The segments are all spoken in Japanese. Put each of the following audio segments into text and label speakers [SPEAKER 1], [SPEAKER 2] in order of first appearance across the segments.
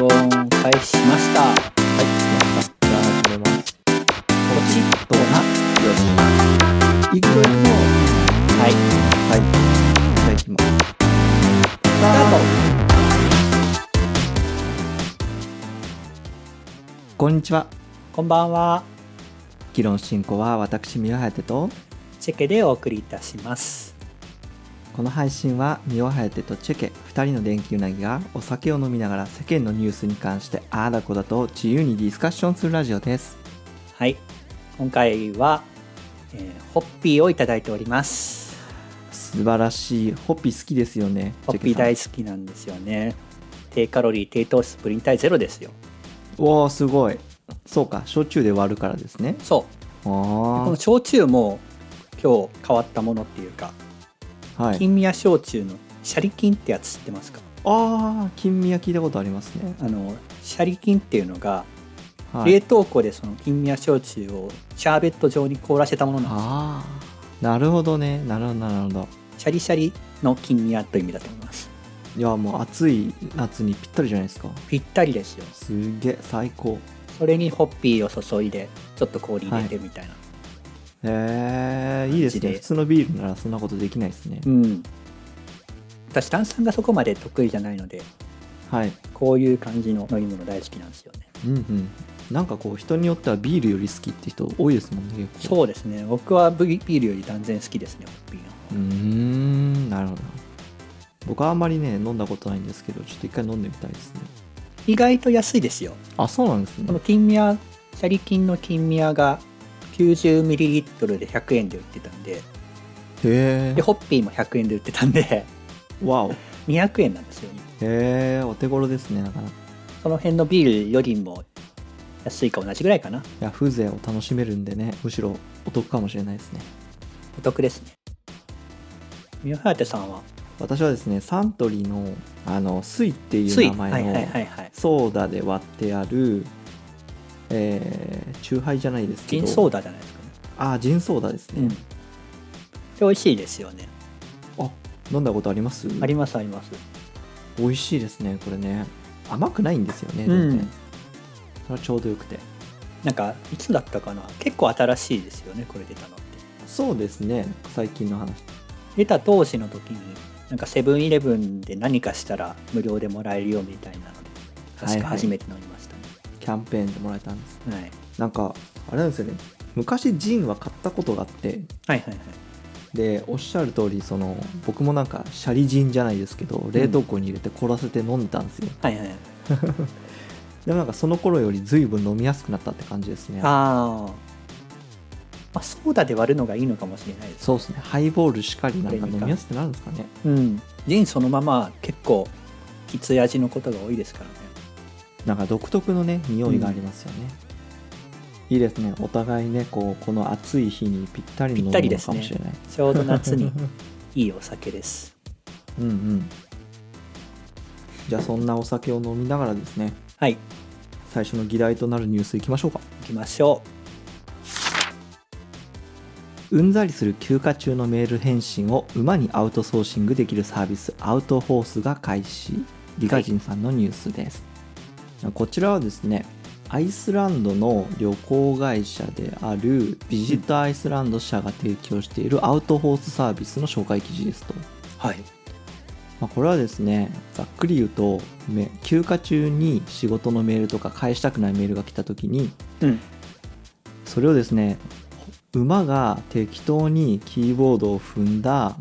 [SPEAKER 1] 開始しました。はい、
[SPEAKER 2] じゃあ始めます。
[SPEAKER 1] ポチッとな。
[SPEAKER 2] よし。行くぞ行くぞ。
[SPEAKER 1] はい、
[SPEAKER 2] はい。じゃあ行きます。
[SPEAKER 1] スター
[SPEAKER 2] こんにちは。
[SPEAKER 1] ト。こんばんは。
[SPEAKER 2] 議論進行は私、三輪颯と、
[SPEAKER 1] チェケでお送りいたします。
[SPEAKER 2] この配信は三輪颯とチェケ、二人の電気うなぎがお酒を飲みながら世間のニュースに関してああだこだと自由にディスカッションするラジオです。
[SPEAKER 1] はい、今回は、えーホッピーをいただいております。
[SPEAKER 2] 素晴らしい。ホッピー好きですよね。
[SPEAKER 1] ホッピー大
[SPEAKER 2] 好
[SPEAKER 1] 好きなんですよね。低カロリー、低糖質、プリン体ゼロですよ。
[SPEAKER 2] き。おー、すごい。そうか、焼酎で割るからですね。
[SPEAKER 1] そう。
[SPEAKER 2] あ
[SPEAKER 1] この
[SPEAKER 2] ー
[SPEAKER 1] 焼酎も今日変わったものっていうか、
[SPEAKER 2] はい。
[SPEAKER 1] 金宮焼酎のシャリ菌ってやつ知ってますか
[SPEAKER 2] あー、金味は聞いたことありますね。
[SPEAKER 1] あの、シャリ菌っていうのが、
[SPEAKER 2] はい。
[SPEAKER 1] 冷凍庫でその金宮焼酎をシャーベット状に凍らせたものなんです
[SPEAKER 2] ああなるほどねなるほどなるほど
[SPEAKER 1] シャリシャリの金宮という意味だと思います
[SPEAKER 2] いやもう暑い夏にぴったりじゃないですか
[SPEAKER 1] ぴったりですよ
[SPEAKER 2] すげえ最高
[SPEAKER 1] それにホッピーを注いでちょっと氷入れてみたいな、
[SPEAKER 2] へえいいです
[SPEAKER 1] マジ
[SPEAKER 2] ね
[SPEAKER 1] で
[SPEAKER 2] 普通のビールならそんなことできないですね
[SPEAKER 1] うん私炭酸がそこまで得意じゃないので
[SPEAKER 2] はい
[SPEAKER 1] こういう感じの飲み物大好きなんですよね
[SPEAKER 2] うんうんなんかこう人によってはビールより好きって人多いですもんね結構
[SPEAKER 1] そうですね僕はブリビールより断然好きですねホッピーの
[SPEAKER 2] うーんなるほど僕はあんまりね飲んだことないんですけどちょっと一回飲んでみたいですね
[SPEAKER 1] 意外と安いですよ
[SPEAKER 2] あそうなんです
[SPEAKER 1] この
[SPEAKER 2] ね
[SPEAKER 1] 金宮シャリ菌の金宮が 90ml で100円で売ってたんで
[SPEAKER 2] へ
[SPEAKER 1] でホッピーも100円で売ってたんで
[SPEAKER 2] えわおへ
[SPEAKER 1] 200円なんですよね
[SPEAKER 2] えお手頃ですねなかなか
[SPEAKER 1] その辺のビールよりも安いか同じぐらいかない
[SPEAKER 2] や風情を楽しめるんでねむしろお得かもしれないですね
[SPEAKER 1] お得ですねミュハヤテさんは
[SPEAKER 2] 私はですねサントリーのあのスイっていう
[SPEAKER 1] つい
[SPEAKER 2] 名
[SPEAKER 1] はいは
[SPEAKER 2] 前
[SPEAKER 1] い
[SPEAKER 2] の
[SPEAKER 1] はいはい
[SPEAKER 2] ソーダで割ってある、えー、チューハイじゃないですけ
[SPEAKER 1] ジ
[SPEAKER 2] ど
[SPEAKER 1] ンソーダじゃないですかね
[SPEAKER 2] あージンソーダです
[SPEAKER 1] うん
[SPEAKER 2] ね
[SPEAKER 1] で、美味しいですよね
[SPEAKER 2] あ飲んだことあります
[SPEAKER 1] ありますあります
[SPEAKER 2] 美味しいですねこれね甘くないんですよね
[SPEAKER 1] う
[SPEAKER 2] 全然、
[SPEAKER 1] ん
[SPEAKER 2] それはちょうどよくて
[SPEAKER 1] なんかいつだったかな結構新しいですよねこれ出たのって
[SPEAKER 2] そうですね最近の話
[SPEAKER 1] 出た当時の時になんかセブンイレブンで何かしたら無料でもらえるよみたいなので
[SPEAKER 2] はい
[SPEAKER 1] 確か
[SPEAKER 2] はい
[SPEAKER 1] 初めて飲みましたね
[SPEAKER 2] キャンペーンでもらえたんです
[SPEAKER 1] はい
[SPEAKER 2] なんかあれなんですよね昔ジンは買ったことがあって
[SPEAKER 1] はいはいはい
[SPEAKER 2] でおっしゃる通りその僕もなんかシャリジンじゃないですけど冷凍庫に入れて凍らせて飲んでたんですよ、
[SPEAKER 1] はいはいはい
[SPEAKER 2] でもなんかその頃より随分飲みやすくなったって感じですね
[SPEAKER 1] ああ、まあ、ソーダで割るのがいいのかもしれないです
[SPEAKER 2] そうですねハイボールしかりなんか飲みやすくなるんですかね
[SPEAKER 1] うんジンそのまま結構きつい味のことが多いですからね
[SPEAKER 2] なんか独特のね匂いがありますよね、いいですねお互いねこうこの暑い日にぴったりの飲
[SPEAKER 1] ぴ
[SPEAKER 2] む
[SPEAKER 1] ったり
[SPEAKER 2] の
[SPEAKER 1] です
[SPEAKER 2] か
[SPEAKER 1] ね
[SPEAKER 2] もしれない、
[SPEAKER 1] ちょうど夏 にいいお酒です
[SPEAKER 2] うんうんじゃあそんなお酒を飲みながらですね
[SPEAKER 1] はい行
[SPEAKER 2] 最初の議題となるニュースいきましょうか
[SPEAKER 1] きましょ
[SPEAKER 2] うんざりする休暇中のメール返信を馬にアウトソーシングできるサービスアウトホースが開始ギガ人さんのニュースです、こちらはですねアイスランドの旅行会社であるビジットアイスランド社が提供しているアウトホースサービスの紹介記事ですと、
[SPEAKER 1] うはい
[SPEAKER 2] まあ、これはですねざっくり言うとめ休暇中に仕事のメールとか返したくないメールが来た時に
[SPEAKER 1] うん
[SPEAKER 2] それをですね馬が適当にキーボードを踏んだ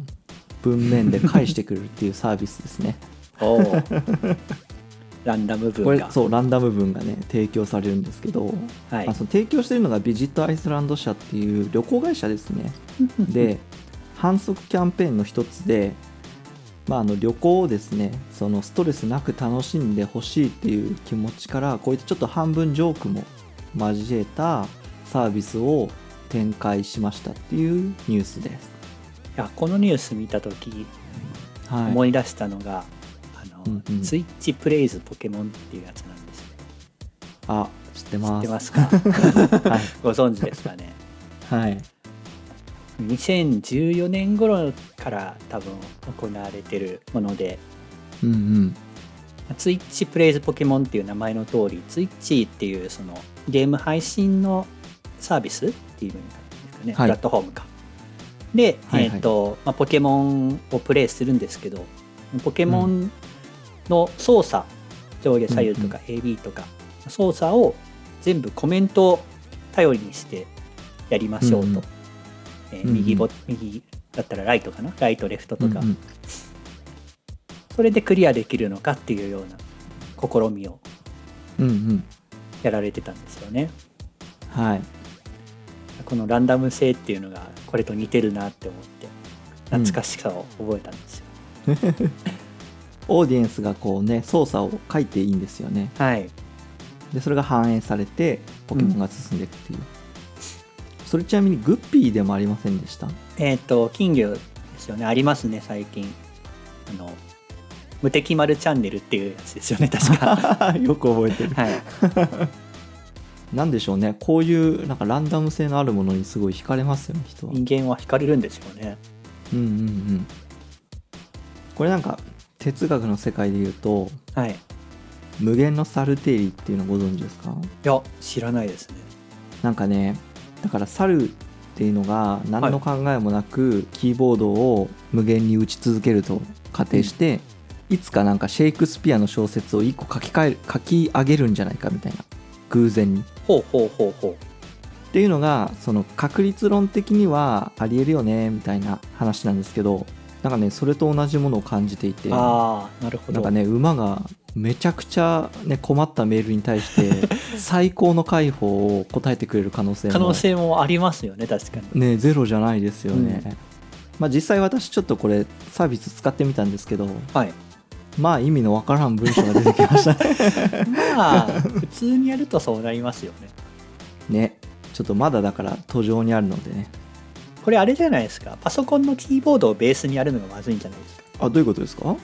[SPEAKER 2] 文面で返してくれるっていうサービスですね
[SPEAKER 1] おお ランダム
[SPEAKER 2] こ
[SPEAKER 1] 文
[SPEAKER 2] れ
[SPEAKER 1] 化
[SPEAKER 2] そうランダム文がね提供されるんですけど、
[SPEAKER 1] はい
[SPEAKER 2] あその提供してるのがビジットアイスランド社っていう旅行会社ですねで反則キャンペーンの一つで、まあ、あの旅行をですねそのストレスなく楽しんでほしいっていう気持ちからこういったちょっと半分ジョークも交えたサービスを展開しましたっていうニュースです。
[SPEAKER 1] いやこのニュース見た時
[SPEAKER 2] はい、
[SPEAKER 1] 思い出したのが、あの、
[SPEAKER 2] うんうん
[SPEAKER 1] ツイッチプレイズポケモンっていうやつなんですよ
[SPEAKER 2] あ知って
[SPEAKER 1] 知っ
[SPEAKER 2] ま
[SPEAKER 1] て
[SPEAKER 2] す。
[SPEAKER 1] ます か
[SPEAKER 2] はい
[SPEAKER 1] ご存知ですかね
[SPEAKER 2] はい、
[SPEAKER 1] 2014年頃から多分行われてるもので
[SPEAKER 2] うんうん
[SPEAKER 1] ツイッチプレイズポケモンっていう名前の通り、ツイッチっていうそのゲーム配信のサービスっていうのですかね、
[SPEAKER 2] はい
[SPEAKER 1] プラットフォームか。で、
[SPEAKER 2] はいはい
[SPEAKER 1] えっ、と、まあ、ポケモンをプレイするんですけど、ポケモンの操作、上下左右とか AB とか、操作を全部コメントを頼りにしてやりましょうと。
[SPEAKER 2] うんうん
[SPEAKER 1] えー
[SPEAKER 2] うんうん
[SPEAKER 1] 右ボ右だったらライトかな、ライト、レフトとか、
[SPEAKER 2] うんうん
[SPEAKER 1] それでクリアできるのかっていうような試みを
[SPEAKER 2] うんうん
[SPEAKER 1] やられてたんですよね。
[SPEAKER 2] はい
[SPEAKER 1] このランダム性っていうのがこれと似てるなって思って懐かしさを覚えたんですよ。
[SPEAKER 2] オーディエンスがこうね操作を書いていいんですよね
[SPEAKER 1] はい、
[SPEAKER 2] でそれが反映されてポケモンが進んでいくっていう、それちなみにグッピーでもありませんでした
[SPEAKER 1] えっ、と金魚ですよねありますね最近あの無敵丸チャンネルっていうやつですよね確 か。
[SPEAKER 2] よく覚えてる
[SPEAKER 1] はい、
[SPEAKER 2] なんでしょうねこういうなんかランダム性のあるものにすごい惹かれますよね人はうん
[SPEAKER 1] 人間は惹かれるんですよね。
[SPEAKER 2] うんうんこれなんか哲学の世界で言うと
[SPEAKER 1] はい、い
[SPEAKER 2] 無限のサル定理っていうのご存知ですか
[SPEAKER 1] や知らないですね。
[SPEAKER 2] なんかねだから猿っていうのが何の考えもなくキーボードを無限に打ち続けると仮定して、いつかなんかシェイクスピアの小説を1個書き換える書き上げるんじゃないかみたいな偶然に。
[SPEAKER 1] ほうほうほうほ
[SPEAKER 2] っていうのがその確率論的にはありえるよねみたいな話なんですけどなんかねそれと同じものを感じていて
[SPEAKER 1] う。
[SPEAKER 2] な
[SPEAKER 1] ああなるほど。
[SPEAKER 2] んかね馬がめちゃくちゃ、ね、困ったメールに 対して最高の解放を答えてくれる可能性も
[SPEAKER 1] 可能性もありますよね確かに。
[SPEAKER 2] ねゼロじゃないですよね、
[SPEAKER 1] う
[SPEAKER 2] まあ実際私ちょっとこれサービス使ってみたんですけど
[SPEAKER 1] はい、
[SPEAKER 2] まあ意味のわからん文章が出てきましたね
[SPEAKER 1] まあ普通にやるとそうなりますよね
[SPEAKER 2] ねちょっとまだだから途上にあるのでね
[SPEAKER 1] これあれじゃないですかパソコンのキーボードをベースにやるのがまずいんじゃないですか
[SPEAKER 2] あどういうことですか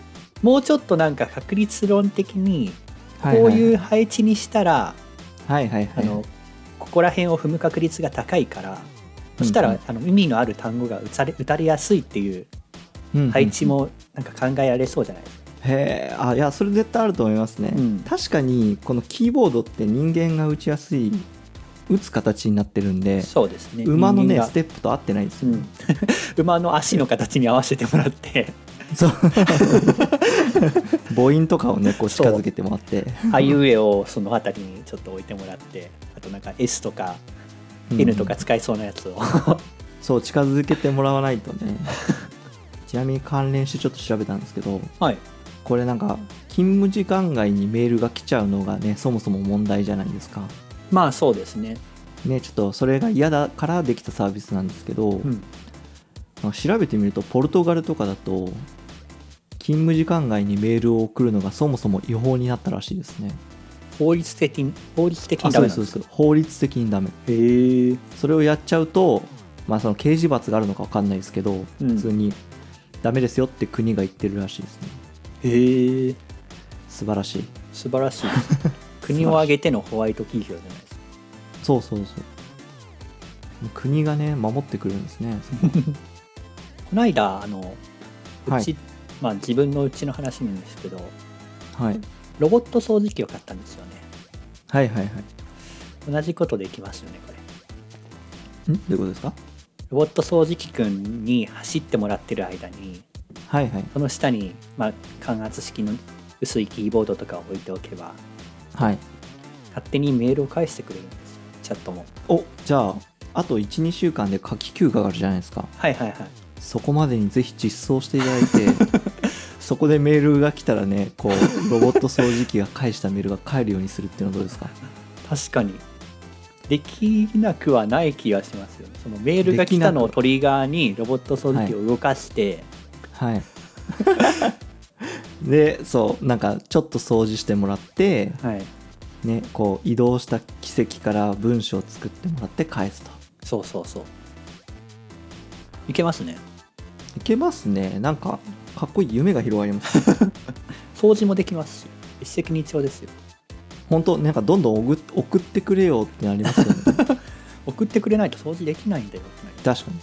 [SPEAKER 1] もうちょっとなんか確率論的にこういう配置にしたら、
[SPEAKER 2] はいはいはい、
[SPEAKER 1] あのここら辺を踏む確率が高いからそしたら、
[SPEAKER 2] うんうん
[SPEAKER 1] あの意味のある単語が打たれ打たれやすいっていう
[SPEAKER 2] うんうん
[SPEAKER 1] 配置もなんか考えられそうじゃないですか、
[SPEAKER 2] へえあいやそれ絶対あると思いますね、
[SPEAKER 1] うん
[SPEAKER 2] 確かにこのキーボードって人間が打ちやすい打つ形になってるんで
[SPEAKER 1] そうですね
[SPEAKER 2] 馬の
[SPEAKER 1] 人
[SPEAKER 2] ね
[SPEAKER 1] 間が
[SPEAKER 2] ステップと合ってないです
[SPEAKER 1] う
[SPEAKER 2] よね、
[SPEAKER 1] ん、 馬の足の形に合わせてもらって
[SPEAKER 2] そう 母音とかをねこう近づけてもら って
[SPEAKER 1] あいうえをその辺りにちょっと置いてもらってあとなんか S とか N とか使いそうなやつを、
[SPEAKER 2] そう近づけてもらわないとね ちなみに関連してちょっと調べたんですけど
[SPEAKER 1] はい
[SPEAKER 2] これなんか勤務時間外にメールが来ちゃうのがねそもそも問題じゃないですか
[SPEAKER 1] まあそうですね、
[SPEAKER 2] ねちょっとそれが嫌だからできたサービスなんですけど、
[SPEAKER 1] うん、
[SPEAKER 2] なんか調べてみるとポルトガルとかだと勤務時間外にメールを送るのがそもそも違法になったらしいですね
[SPEAKER 1] 法律的に法律的
[SPEAKER 2] あ
[SPEAKER 1] に
[SPEAKER 2] そ
[SPEAKER 1] ダ
[SPEAKER 2] う
[SPEAKER 1] メ
[SPEAKER 2] で
[SPEAKER 1] なんで
[SPEAKER 2] す
[SPEAKER 1] す
[SPEAKER 2] そうです法律的にダメ
[SPEAKER 1] へえ
[SPEAKER 2] それをやっちゃうと、まあ、その刑事罰があるのか分かんないですけど、
[SPEAKER 1] うん
[SPEAKER 2] 普通にダメですよって国が言ってるらしいですね
[SPEAKER 1] へえ
[SPEAKER 2] 素晴らしい
[SPEAKER 1] 素晴ら しいです国を挙げてのホワイト企業じゃないですか
[SPEAKER 2] そうそうそう国がね守ってくるんですねそこ
[SPEAKER 1] この間あの
[SPEAKER 2] は
[SPEAKER 1] うち、
[SPEAKER 2] い
[SPEAKER 1] まあ自分のうちの話なんですけど
[SPEAKER 2] はい、
[SPEAKER 1] ロボット掃除機を買ったんですよね
[SPEAKER 2] はいはいはい
[SPEAKER 1] 同じことできますよねこれ
[SPEAKER 2] んどういうことですか
[SPEAKER 1] ロボット掃除機くんに走ってもらってる間に
[SPEAKER 2] はいはい
[SPEAKER 1] その下に、まあ、感圧式の薄いキーボードとかを置いておけば
[SPEAKER 2] はい
[SPEAKER 1] 勝手にメールを返してくれるんですチャットも
[SPEAKER 2] おじゃああと12週間で夏季休暇があるじゃないですか
[SPEAKER 1] はいはいはい
[SPEAKER 2] そこまでにぜひ実装していただいてそこでメールが来たらねこうロボット掃除機が返したメールが返るようにするっていうのはどうですか
[SPEAKER 1] 確かにできなくはない気がしますよねそのメールが来たのを
[SPEAKER 2] できなく
[SPEAKER 1] トリガーにロボット掃除機を動かして、
[SPEAKER 2] はいでそうなんかちょっと掃除してもらって、
[SPEAKER 1] はい
[SPEAKER 2] ね、こう移動した軌跡から文章を作ってもらって返すと
[SPEAKER 1] そうそうそういけますね
[SPEAKER 2] いけますねなんかかっこいい夢が広がります
[SPEAKER 1] 掃除もできますし一石二鳥ですよ
[SPEAKER 2] 本当なんかどんどん送っ送ってくれよってなります よね
[SPEAKER 1] 送ってくれないと掃除できないんだよってなります
[SPEAKER 2] 確かに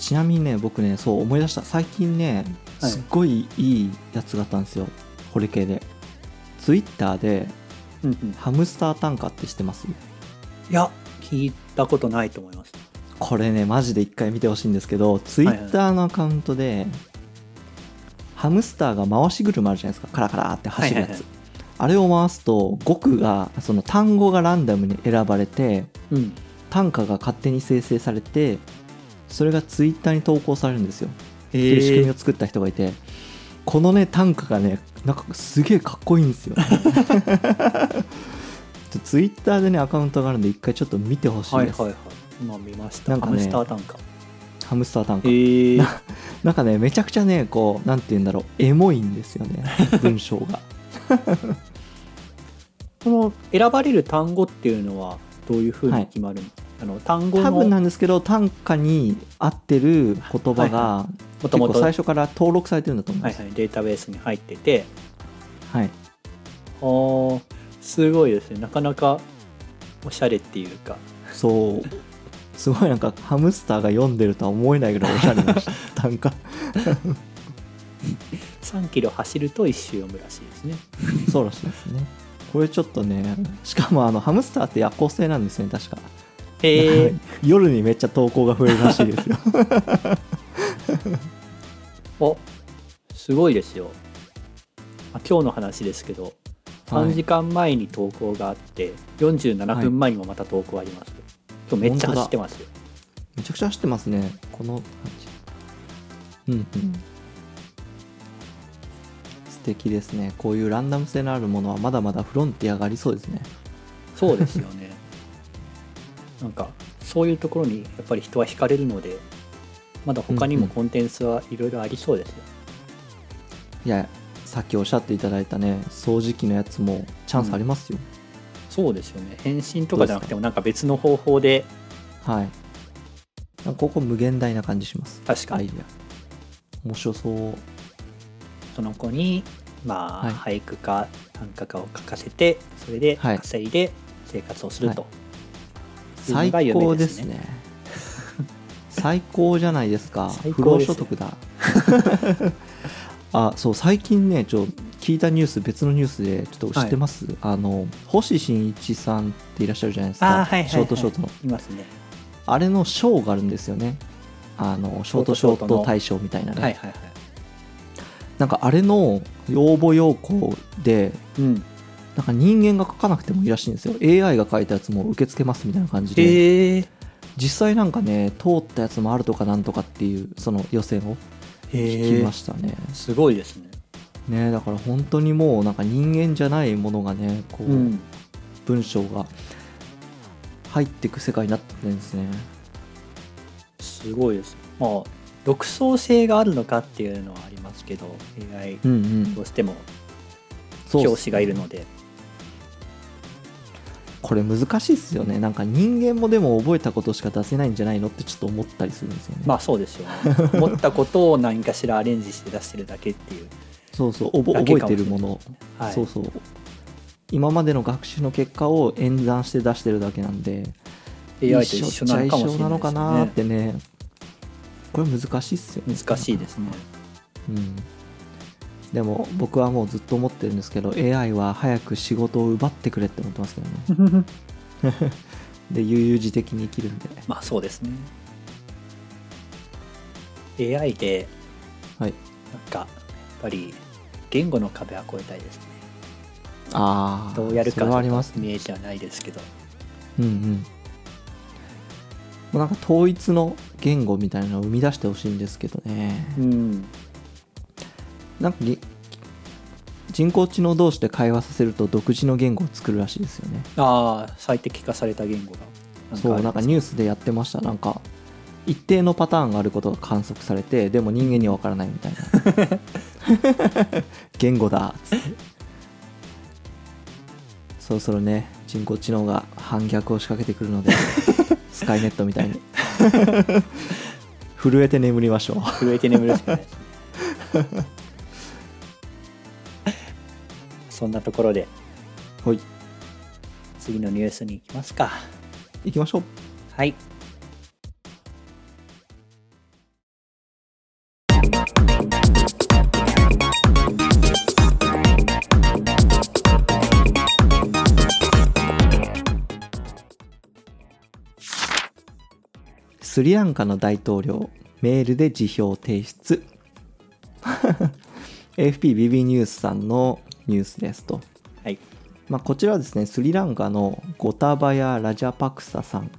[SPEAKER 2] ちなみにね僕ねそう思い出した最近ね
[SPEAKER 1] はい
[SPEAKER 2] すっごいいいやつがあったんですよ、これ系でツイッターで
[SPEAKER 1] うんうん、
[SPEAKER 2] ハムスター単価って知ってます
[SPEAKER 1] いや聞いたことないと思います
[SPEAKER 2] これねマジで一回見てほしいんですけどツイッターのアカウントで、ハムスターが回し車あるじゃないですかカラカラって走るやつ、
[SPEAKER 1] はいはいはい
[SPEAKER 2] あれを回すと語句がその単語がランダムに選ばれて
[SPEAKER 1] うん
[SPEAKER 2] 単価が勝手に生成されてそれがツイッターに投稿されるんですよ
[SPEAKER 1] え
[SPEAKER 2] っていう仕組みを作った人がいて、このね短歌がねなんかすげえかっこいいんで すよツイッターでねアカウントがあるんで一回ちょっと見てほしい
[SPEAKER 1] はい
[SPEAKER 2] で
[SPEAKER 1] は
[SPEAKER 2] す、
[SPEAKER 1] いはい今見ました、
[SPEAKER 2] なん
[SPEAKER 1] ハ
[SPEAKER 2] か
[SPEAKER 1] ム
[SPEAKER 2] ね
[SPEAKER 1] スター単価
[SPEAKER 2] ハムスター短歌
[SPEAKER 1] ええ
[SPEAKER 2] なんかねめちゃくちゃねこうなんて言うんだろうエモいんですよ ね文章が
[SPEAKER 1] この選ばれる単語っていうのはどういうふうに決まるの,、あの単語
[SPEAKER 2] 多分な
[SPEAKER 1] の
[SPEAKER 2] んですけど短歌に合ってる言葉
[SPEAKER 1] は
[SPEAKER 2] が
[SPEAKER 1] も
[SPEAKER 2] 結構最初から登録されてるんだと思うん
[SPEAKER 1] はい
[SPEAKER 2] です
[SPEAKER 1] はい、データベースに入ってて
[SPEAKER 2] はい、
[SPEAKER 1] あーすごいですねなかなかおしゃれっていうか
[SPEAKER 2] そうすごいなんかハムスターが読んでるとは思えないぐらいおしゃれな 短歌
[SPEAKER 1] 3キロ走ると1周読むらしいですね
[SPEAKER 2] そうらしいですねこれちょっとねしかもあのハムスターって夜行性なんですよね確か
[SPEAKER 1] へえ
[SPEAKER 2] 夜にめっちゃ投稿が増えるらしいですよ
[SPEAKER 1] おすごいですよあ今日の話ですけど3時間前に投稿があって、47分前にもまた投稿あります、今日めっちゃ走ってますよ
[SPEAKER 2] めちゃくちゃ走ってますねこの感じうんうん素敵ですねこういうランダム性のあるものはまだまだフロンティアがありそうですね
[SPEAKER 1] そうですよね なんかそういうところにやっぱり人は惹かれるのでまだ他にもコンテンツはいろいろありそうですよ、
[SPEAKER 2] いやさっきおっしゃっていただいたね掃除機のやつもチャンスありますよ、
[SPEAKER 1] そうですよね返信とかじゃなくてもなんか別の方法で
[SPEAKER 2] はいなんかここ無限大な感じします
[SPEAKER 1] 確か
[SPEAKER 2] アイ
[SPEAKER 1] に
[SPEAKER 2] ディア面白そう
[SPEAKER 1] その子にまあ、
[SPEAKER 2] は
[SPEAKER 1] 俳句か短歌かを書かせてそれで
[SPEAKER 2] はい
[SPEAKER 1] 稼いで生活をすると、
[SPEAKER 2] 最高ですね 最高じゃないですか
[SPEAKER 1] 最
[SPEAKER 2] 不
[SPEAKER 1] 高
[SPEAKER 2] 労
[SPEAKER 1] です
[SPEAKER 2] 所得だ あそう最近ねちょ聞いたニュース別のニュースでちょっと知ってます、あの星新一さんっていらっしゃるじゃないです
[SPEAKER 1] あ
[SPEAKER 2] か
[SPEAKER 1] あはいはい、はい、
[SPEAKER 2] ショートショートの
[SPEAKER 1] いますね
[SPEAKER 2] あれの賞があるんですよねあのショートショート大賞みたいなね、
[SPEAKER 1] はいはいはい
[SPEAKER 2] なんかあれの応募要項で
[SPEAKER 1] うん
[SPEAKER 2] なんか人間が書かなくてもいいらしいんですよ AI が書いたやつも受け付けますみたいな感じで、
[SPEAKER 1] へえ
[SPEAKER 2] 実際なんかね通ったやつもあるとかなんとかっていうその予選を聞きましたね、
[SPEAKER 1] すごいですね
[SPEAKER 2] ねだから本当にもうなんか人間じゃないものがねこう、
[SPEAKER 1] うん
[SPEAKER 2] 文章が入ってく世界になってくるんですね
[SPEAKER 1] すごいですまあ独創性があるのかっていうのはありますけど AI
[SPEAKER 2] うんうん
[SPEAKER 1] どうしても
[SPEAKER 2] そうっす
[SPEAKER 1] 教師がいるので
[SPEAKER 2] これ難しいっすよねなんか人間もでも覚えたことしか出せないんじゃないのってちょっと思ったりするんですよね、
[SPEAKER 1] まあそうですよね思ったことを何かしらアレンジして出してるだけっていう
[SPEAKER 2] そうそうおぼ
[SPEAKER 1] だけ
[SPEAKER 2] 覚
[SPEAKER 1] か
[SPEAKER 2] え
[SPEAKER 1] も
[SPEAKER 2] て
[SPEAKER 1] しれ
[SPEAKER 2] る
[SPEAKER 1] ない
[SPEAKER 2] もの、
[SPEAKER 1] はい
[SPEAKER 2] そうそう今までの学習の結果を演算して出してるだけなんで
[SPEAKER 1] AI と一緒なのかもしれない
[SPEAKER 2] 一緒っちゃ一緒なのかなーってねこれ難しいっすよね
[SPEAKER 1] 難しいです ね
[SPEAKER 2] うんでも僕はもうずっと思ってるんですけど AI は早く仕事を奪ってくれって思ってま すけどねで悠々自適に生きるんで
[SPEAKER 1] まあそうですね AI で
[SPEAKER 2] はい
[SPEAKER 1] なんかやっぱり言語の壁は越えたいですね
[SPEAKER 2] ああ
[SPEAKER 1] どうやるか
[SPEAKER 2] それはあり
[SPEAKER 1] ちょ
[SPEAKER 2] ま
[SPEAKER 1] っ
[SPEAKER 2] す
[SPEAKER 1] と見えじゃないですけど
[SPEAKER 2] うんうんもうなんか統一の言語みたいなのを生み出してほしいんですけどね、
[SPEAKER 1] うん
[SPEAKER 2] なんかぎ人工知能同士で会話させると独自の言語を作るらしいですよね
[SPEAKER 1] ああ最適化された言語が
[SPEAKER 2] そうなんかニュースでやってましたなんか一定のパターンがあることが観測されてでも人間には分からないみたいな 言語だっつってそろそろね人工知能が反逆を仕掛けてくる のでスカイネットみたいに震えて眠りましょう
[SPEAKER 1] 震えて眠るしかないですね そんなところで
[SPEAKER 2] はい
[SPEAKER 1] 次のニュースに行きますか
[SPEAKER 2] 行きましょう
[SPEAKER 1] はい
[SPEAKER 2] スリランカの大統領メールで辞表提 出 AFPBB ニュースさんのニュースですと、
[SPEAKER 1] はい。
[SPEAKER 2] まあ、こちらはですねスリランカのゴタバヤ・ラジャパクサさん、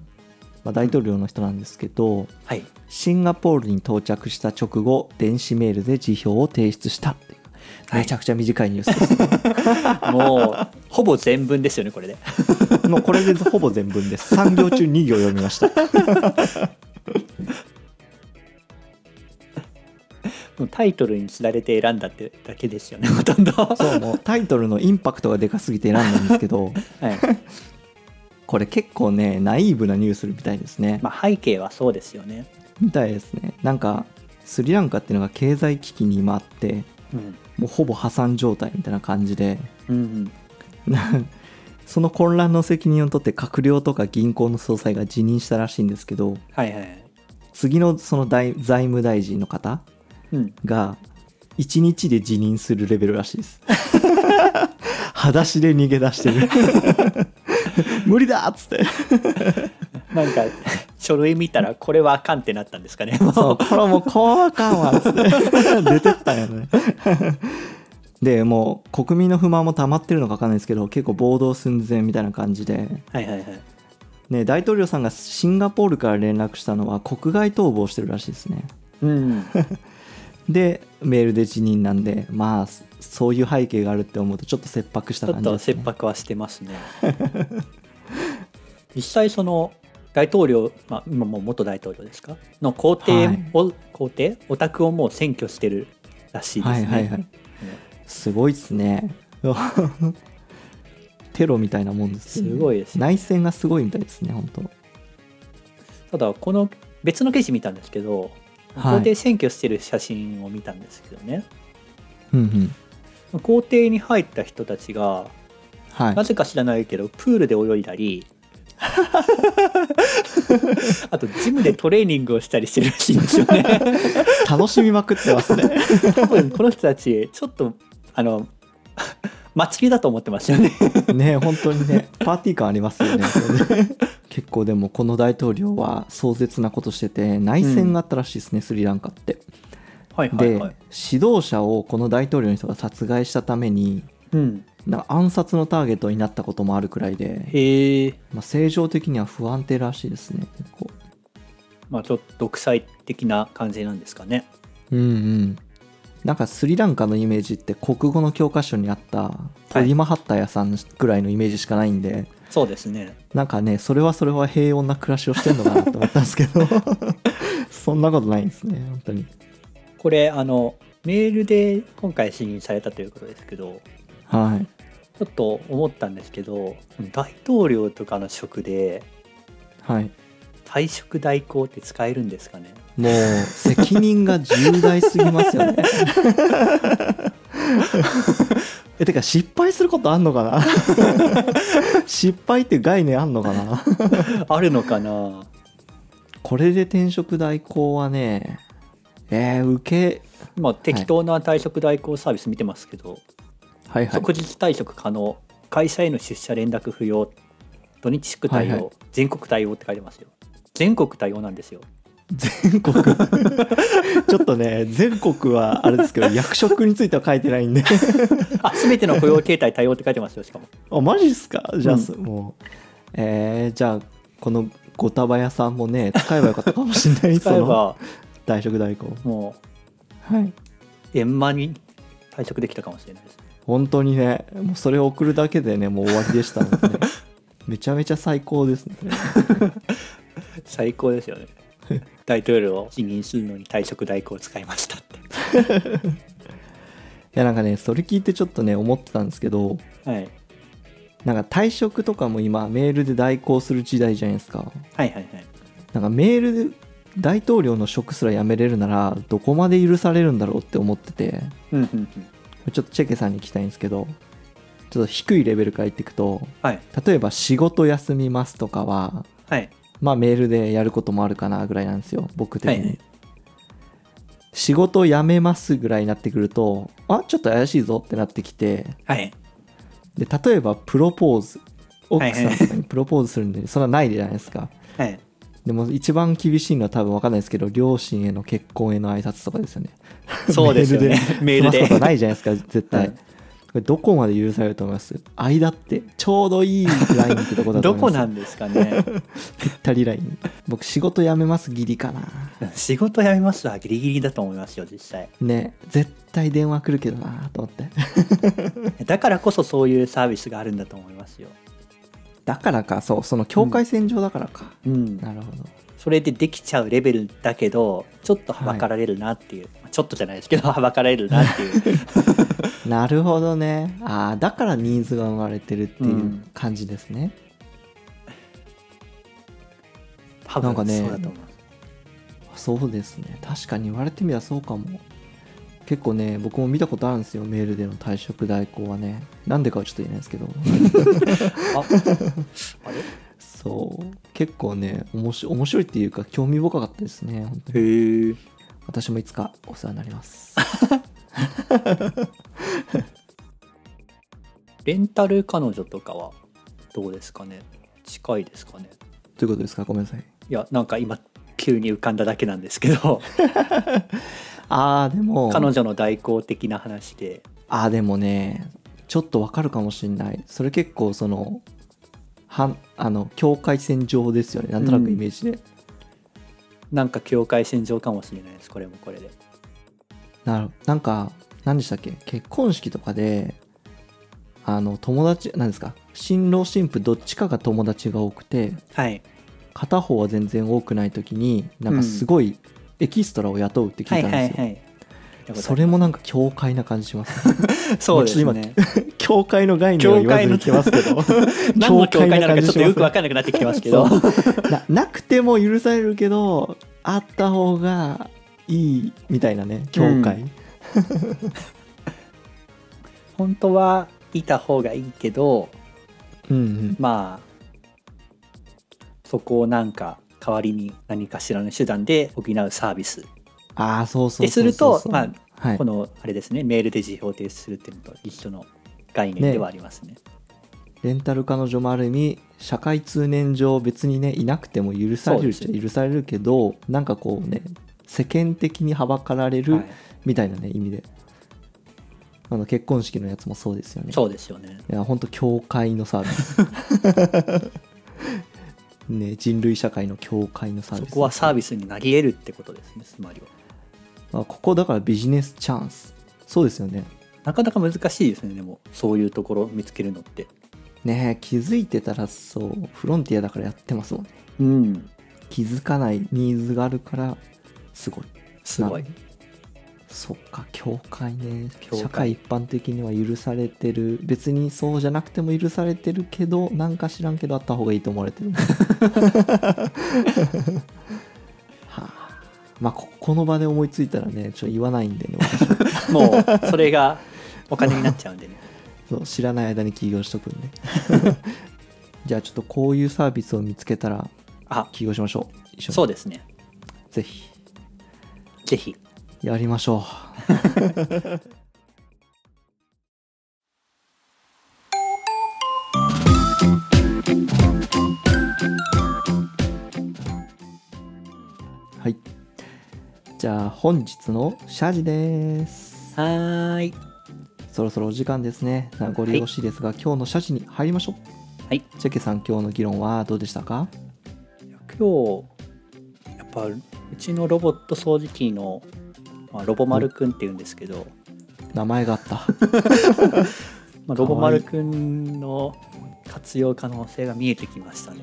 [SPEAKER 2] まあ、大統領の人なんですけど、
[SPEAKER 1] はい。
[SPEAKER 2] シンガポールに到着した直後電子メールで辞表を提出したっていうめちゃくちゃ短いニュースです、
[SPEAKER 1] もう、ほぼ全文ですよね、これ で。
[SPEAKER 2] もうこれでほぼ全文 です3行中2行読みました
[SPEAKER 1] もうタイトルにつられて選んだってだけですよね、ほとんど。は
[SPEAKER 2] そうもうタイトルのインパクトがでかすぎて選んだんですけど
[SPEAKER 1] い。
[SPEAKER 2] これ結構ねナイーブなニュースみたいですね、
[SPEAKER 1] まあ、背景はそうですよね。
[SPEAKER 2] みたいですねなんかスリランカっていうのが経済危機に今あって
[SPEAKER 1] うん。
[SPEAKER 2] もうほぼ破産状態みたいな感じで
[SPEAKER 1] うんうん。
[SPEAKER 2] なその混乱の責任を取って閣僚とか銀行の総裁が辞任したらしいんですけど
[SPEAKER 1] はいはい。
[SPEAKER 2] 次のその大財務大臣の方
[SPEAKER 1] うん。
[SPEAKER 2] が1日で辞任するレベルらしいです 裸足で逃げ出してる 無理だっつって
[SPEAKER 1] なんか、書類見たら、これはあかんってなったんですかね。もう
[SPEAKER 2] そう、これもうこうあかんわっつって。 出てったんやね。で、もう国民の不満も溜まってるのかわかんないですけど、結構暴動寸前みたいな感じで。
[SPEAKER 1] はいはいはい。
[SPEAKER 2] ね、大統領さんがシンガポールから連絡したのは国外逃亡してるらしいですね。
[SPEAKER 1] うん。
[SPEAKER 2] で、メールで辞任なんで、まあ、そういう背景があるって思うと、ちょっと切迫し た
[SPEAKER 1] ちょっ
[SPEAKER 2] 感じ
[SPEAKER 1] と
[SPEAKER 2] です、ね。
[SPEAKER 1] 切迫はしてます ね。実際その大統領、まあ、今もう元大統領ですかの皇帝を、皇帝お宅をもう占拠してるらしいです
[SPEAKER 2] は
[SPEAKER 1] ね。
[SPEAKER 2] いはいはい。すごいっすね。 テロみたいなもんですよね
[SPEAKER 1] すごいですね
[SPEAKER 2] 内戦がすごいみたいですね、本当
[SPEAKER 1] ただこの別の記事見たんですけど、
[SPEAKER 2] はい
[SPEAKER 1] 皇帝占拠してる写真を見たんですけどね
[SPEAKER 2] うんうん。
[SPEAKER 1] 皇帝に入った人たちが
[SPEAKER 2] はい
[SPEAKER 1] な。ぜか知らないけどプールで泳いだ りあとジムでトレーニングをしたりしてるらしいんですよね。
[SPEAKER 2] 楽しみまくってますね
[SPEAKER 1] 多分この人たちちょっとあの待ちきれだと思ってますよね
[SPEAKER 2] ね本当にねパーティー感ありますよね結構でもこの大統領は壮絶なことしてて内戦があったらしいですね、スリランカって
[SPEAKER 1] はい
[SPEAKER 2] で、指導者をこの大統領の人が殺害したために
[SPEAKER 1] うん、
[SPEAKER 2] なんか暗殺のターゲットになったこともあるくらいで、
[SPEAKER 1] へえ
[SPEAKER 2] まあ、正常的には不安定らしいですね結構
[SPEAKER 1] まあちょっと独裁的な感じなんですかね
[SPEAKER 2] うんうんなんかスリランカのイメージって国語の教科書にあったトリマハッタヤさんぐらいのイメージしかないんで、
[SPEAKER 1] そうですね
[SPEAKER 2] なんかねそれはそれは平穏な暮らしをしてるのかなと思ったんですけどそんなことないんですね本当に
[SPEAKER 1] これあのメールで今回信任されたということですけど
[SPEAKER 2] はい
[SPEAKER 1] ちょっと思ったんですけど大統領とかの職で
[SPEAKER 2] はい
[SPEAKER 1] 退職代行って使えるんですかね
[SPEAKER 2] もう責任が重大すぎますよねえてか失敗することあんのかな失敗っていう概念あんのかな
[SPEAKER 1] あるのかな
[SPEAKER 2] これで転職代行はねえー、受け
[SPEAKER 1] 今適当な退職代行サービス見てますけど、
[SPEAKER 2] はいはい
[SPEAKER 1] 即日退職可能会社への出社連絡不要土日祝対応、
[SPEAKER 2] はいはい
[SPEAKER 1] 全国対応って書いてますよ全国対応なんですよ
[SPEAKER 2] 全国 ちょっとね全国はあれですけど役職については書いてないんで
[SPEAKER 1] あ全ての雇用形態対応って書いてますよしか も
[SPEAKER 2] あマジっすかじゃあ、
[SPEAKER 1] うん
[SPEAKER 2] すもうえー、じゃあこのごたばやさんもね使えばよかったかもしれ ない
[SPEAKER 1] 使え
[SPEAKER 2] その
[SPEAKER 1] ば
[SPEAKER 2] 大食代行
[SPEAKER 1] も
[SPEAKER 2] はい
[SPEAKER 1] うん円満に退職できたかもしれないです
[SPEAKER 2] 本当にねもうそれを送るだけでねもう終わり でしたので、ね、めちゃめちゃ最高ですね
[SPEAKER 1] 最高ですよ ね大統領を辞任するのに退職代行を使いましたって
[SPEAKER 2] いやなんかねそれ聞いてちょっとね思ってたんですけど
[SPEAKER 1] はい、
[SPEAKER 2] なんか退職とかも今メールで代行する時代じゃないですか
[SPEAKER 1] はいはいはい
[SPEAKER 2] なんかメールで大統領の職すら辞めれるならどこまで許されるんだろうって思ってて
[SPEAKER 1] うんうんうん
[SPEAKER 2] ちょっとチェケさんに聞きたいんですけどちょっと低いレベルから言っていくと
[SPEAKER 1] はい
[SPEAKER 2] 例えば仕事休みますとかは
[SPEAKER 1] はい
[SPEAKER 2] まあメールでやることもあるかなぐらいなんですよ僕的に、
[SPEAKER 1] はいはい
[SPEAKER 2] 仕事辞めますぐらいになってくるとあちょっと怪しいぞってなってきて
[SPEAKER 1] はい
[SPEAKER 2] で例えばプロポーズ奥
[SPEAKER 1] はいはい
[SPEAKER 2] さんとかにプロポーズするんで、そんなないじゃないですか
[SPEAKER 1] はい
[SPEAKER 2] でも一番厳しいのは多分分かんないですけど両親への結婚への挨拶とかですよね
[SPEAKER 1] そうですよねメールで
[SPEAKER 2] 済ますことないじゃないですか絶対、
[SPEAKER 1] うん
[SPEAKER 2] これどこまで許されると思います間ってちょうどいいラインってとこだと
[SPEAKER 1] ど
[SPEAKER 2] 思
[SPEAKER 1] こ
[SPEAKER 2] います
[SPEAKER 1] なんですかね
[SPEAKER 2] ぴったりライン僕仕事辞めますギリかな
[SPEAKER 1] 仕事辞めますはギリギリだと思いますよ実際
[SPEAKER 2] ね絶対電話来るけどなと思って
[SPEAKER 1] だからこそそういうサービスがあるんだと思いますよ
[SPEAKER 2] だからかそうその境界線上だからか、
[SPEAKER 1] うん
[SPEAKER 2] なるほど
[SPEAKER 1] それでできちゃうレベルだけどちょっとはばかられるなっていう、まあちょっとじゃないですけどはばかられるなって いう
[SPEAKER 2] なるほどねああだからニーズが生まれてるっていううん感じですね、
[SPEAKER 1] 多
[SPEAKER 2] なんか
[SPEAKER 1] 分
[SPEAKER 2] ね
[SPEAKER 1] そうだと思います、
[SPEAKER 2] そうですね確かに言われてみればそうかも結構ね僕も見たことあるんですよメールでの退職代行はねなんでかはちょっと言えないですけど
[SPEAKER 1] ああれ
[SPEAKER 2] そう結構ねおもし面白いっていうか興味深かったですね本当に
[SPEAKER 1] へえ
[SPEAKER 2] 私もいつかお世話になります
[SPEAKER 1] レンタル彼女とかはどうですかね近いですかね
[SPEAKER 2] ということですかごめんなさい
[SPEAKER 1] いやなんか今急に浮かんだだけなんですけど
[SPEAKER 2] ああでも
[SPEAKER 1] 彼女の代行的な話で
[SPEAKER 2] あーでもねちょっとわかるかもしんないそれ結構そのはんあの境界線上ですよねなんとなくイメージで、
[SPEAKER 1] なんか境界線上かもしれないですこれもこれで
[SPEAKER 2] なるなんか何でしたっけ結婚式とかであの友達なんですか新郎新婦どっちかが友達が多くて
[SPEAKER 1] はい
[SPEAKER 2] 片方は全然多くない時になん
[SPEAKER 1] うん
[SPEAKER 2] かすごいエキストラを雇うって聞
[SPEAKER 1] はいい
[SPEAKER 2] たん
[SPEAKER 1] はい
[SPEAKER 2] ですよ、
[SPEAKER 1] はい
[SPEAKER 2] それもなんか境界な感じ します、ね、
[SPEAKER 1] そうです
[SPEAKER 2] ちょ
[SPEAKER 1] ね
[SPEAKER 2] 境界の概念を言わずに来てますけど
[SPEAKER 1] 何の境界なのかちょっ
[SPEAKER 2] し
[SPEAKER 1] と
[SPEAKER 2] ま
[SPEAKER 1] よ
[SPEAKER 2] す
[SPEAKER 1] く分かんなくなってきてますけど
[SPEAKER 2] そうななくても許されるけどあった方がいいみたいなね境界、
[SPEAKER 1] 本当はいた方がいいけど
[SPEAKER 2] うん、うん
[SPEAKER 1] まあそこをなんか代わりに何かしらの手段で補うサービス、
[SPEAKER 2] ああそうそ
[SPEAKER 1] で
[SPEAKER 2] うそ
[SPEAKER 1] す
[SPEAKER 2] う
[SPEAKER 1] る
[SPEAKER 2] そう
[SPEAKER 1] と
[SPEAKER 2] そう
[SPEAKER 1] ま
[SPEAKER 2] あ、はい
[SPEAKER 1] こ、のあれですねメールで辞表を提出するっていうのと一緒の概念ではありますね
[SPEAKER 2] レンタル彼女もある意味社会通念上別にねいなくても許されるっ
[SPEAKER 1] そ
[SPEAKER 2] ち
[SPEAKER 1] うです
[SPEAKER 2] ゃ許されるけどなんかこうね世間的にはばかられる
[SPEAKER 1] はい
[SPEAKER 2] みたいなね、意味であの結婚式のやつもそうですよね
[SPEAKER 1] そうですよね
[SPEAKER 2] いや本当教会のサービス ね人類社会の教会のサー
[SPEAKER 1] そ
[SPEAKER 2] ビス
[SPEAKER 1] こはサービスに投げ入れるってことですねつまりは
[SPEAKER 2] あここだからビジネスチャンスそうですよね
[SPEAKER 1] なかなか難しいですねでもそういうところを見つけるのって
[SPEAKER 2] ねえ気づいてたらそうフロンティアだからやってますもんね
[SPEAKER 1] うん
[SPEAKER 2] 気づかないニーズがあるからすごい
[SPEAKER 1] すごい
[SPEAKER 2] なそっか教会ね
[SPEAKER 1] 教会
[SPEAKER 2] 社会一般的には許されてる別にそうじゃなくても許されてるけどなんか知らんけどあった方がいいと思わ れてるはあまあここの場で思いついたらねちょっと言わない んでね私は
[SPEAKER 1] もうそれがお金になっちゃうんでね
[SPEAKER 2] そう知らない間に起業しとくんでじゃあちょっとこういうサービスを見つけたら
[SPEAKER 1] あ
[SPEAKER 2] 起業しましょう一緒に
[SPEAKER 1] そうですね
[SPEAKER 2] ぜひ
[SPEAKER 1] ぜひ
[SPEAKER 2] やりましょう。はい。じゃあ本日の謝辞です。
[SPEAKER 1] はーい
[SPEAKER 2] そろそろお時間ですね。名残惜しいですが、今日の謝辞に入りましょ
[SPEAKER 1] はい、
[SPEAKER 2] う。チェケさん、今日の議論はどうでしたか
[SPEAKER 1] 今日やっぱうちのロボット掃除機の、まあ、ロボ丸くんっていうんですけど、
[SPEAKER 2] 名前があ った。
[SPEAKER 1] まあ、ロボ丸くんの活用可能性が見えてきましたね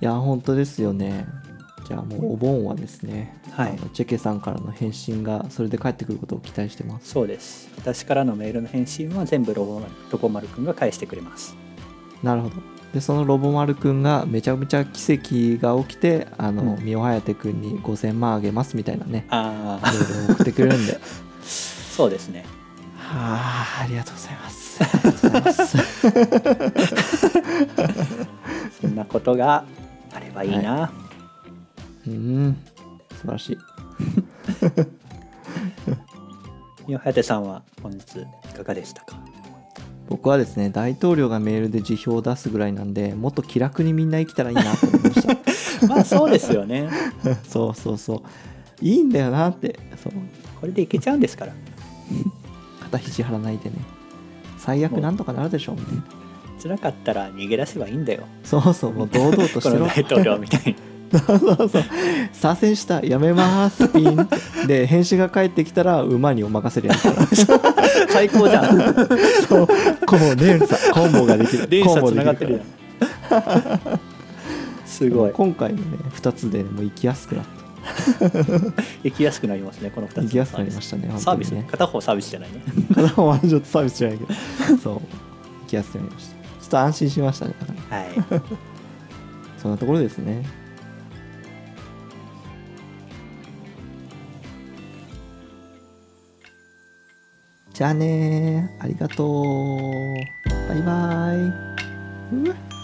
[SPEAKER 2] いや本当ですよねじゃあもうお盆はですね、
[SPEAKER 1] はい
[SPEAKER 2] あのチェケさんからの返信がそれで返ってくることを期待してます
[SPEAKER 1] そうです私からのメールの返信は全部ロボロボ丸くんが返してくれます
[SPEAKER 2] なるほどでそのロボ丸くんがめちゃめちゃ奇跡が起きてあの、
[SPEAKER 1] うん
[SPEAKER 2] ミオハヤテくんに5000万あげますみたいなね
[SPEAKER 1] あ
[SPEAKER 2] メールを送ってくれるんで は
[SPEAKER 1] そうですね
[SPEAKER 2] あありがとうございますありがとうございます
[SPEAKER 1] そんなことがあればいいな、
[SPEAKER 2] うん素晴らしい
[SPEAKER 1] いや、はやてさんは本日いかがでしたか
[SPEAKER 2] 僕はですね大統領がメールで辞表を出すぐらいなんでもっと気楽にみんな生きたらいいなと思いま した
[SPEAKER 1] まあそうですよね。
[SPEAKER 2] そうそうそういいんだよなってそう
[SPEAKER 1] これでいけちゃうんですから。
[SPEAKER 2] 肩肘張らないでね最悪なんとかなるでしょうみたいな
[SPEAKER 1] 辛かったら逃げ出せばいいんだよ。
[SPEAKER 2] そうそうもう堂々と
[SPEAKER 1] こ
[SPEAKER 2] して
[SPEAKER 1] の
[SPEAKER 2] ろ
[SPEAKER 1] 大統領みたいに。
[SPEAKER 2] そうそう左遷したやめますピンで返信が返ってきたら馬にお任せでやるから
[SPEAKER 1] 最高じゃん。
[SPEAKER 2] そうこう連鎖コンボができる
[SPEAKER 1] 連
[SPEAKER 2] コンボ
[SPEAKER 1] 鎖
[SPEAKER 2] で
[SPEAKER 1] 繋
[SPEAKER 2] き
[SPEAKER 1] が
[SPEAKER 2] る
[SPEAKER 1] って
[SPEAKER 2] から
[SPEAKER 1] るやん。 すごい。
[SPEAKER 2] 今回のね2つでもう行きやすくなっ
[SPEAKER 1] 行きやすくなりますね、この2つ
[SPEAKER 2] た
[SPEAKER 1] のサービス。
[SPEAKER 2] 行きやすくなりましたね
[SPEAKER 1] サービス、
[SPEAKER 2] 本当にね
[SPEAKER 1] 片方サービスじゃないね。
[SPEAKER 2] 片方はちょっとサービスじゃないけどそう行きやすくなりましたちょっと安心しましたねだから
[SPEAKER 1] はい。
[SPEAKER 2] そんなところですねじゃあねありがとうバイバイうわ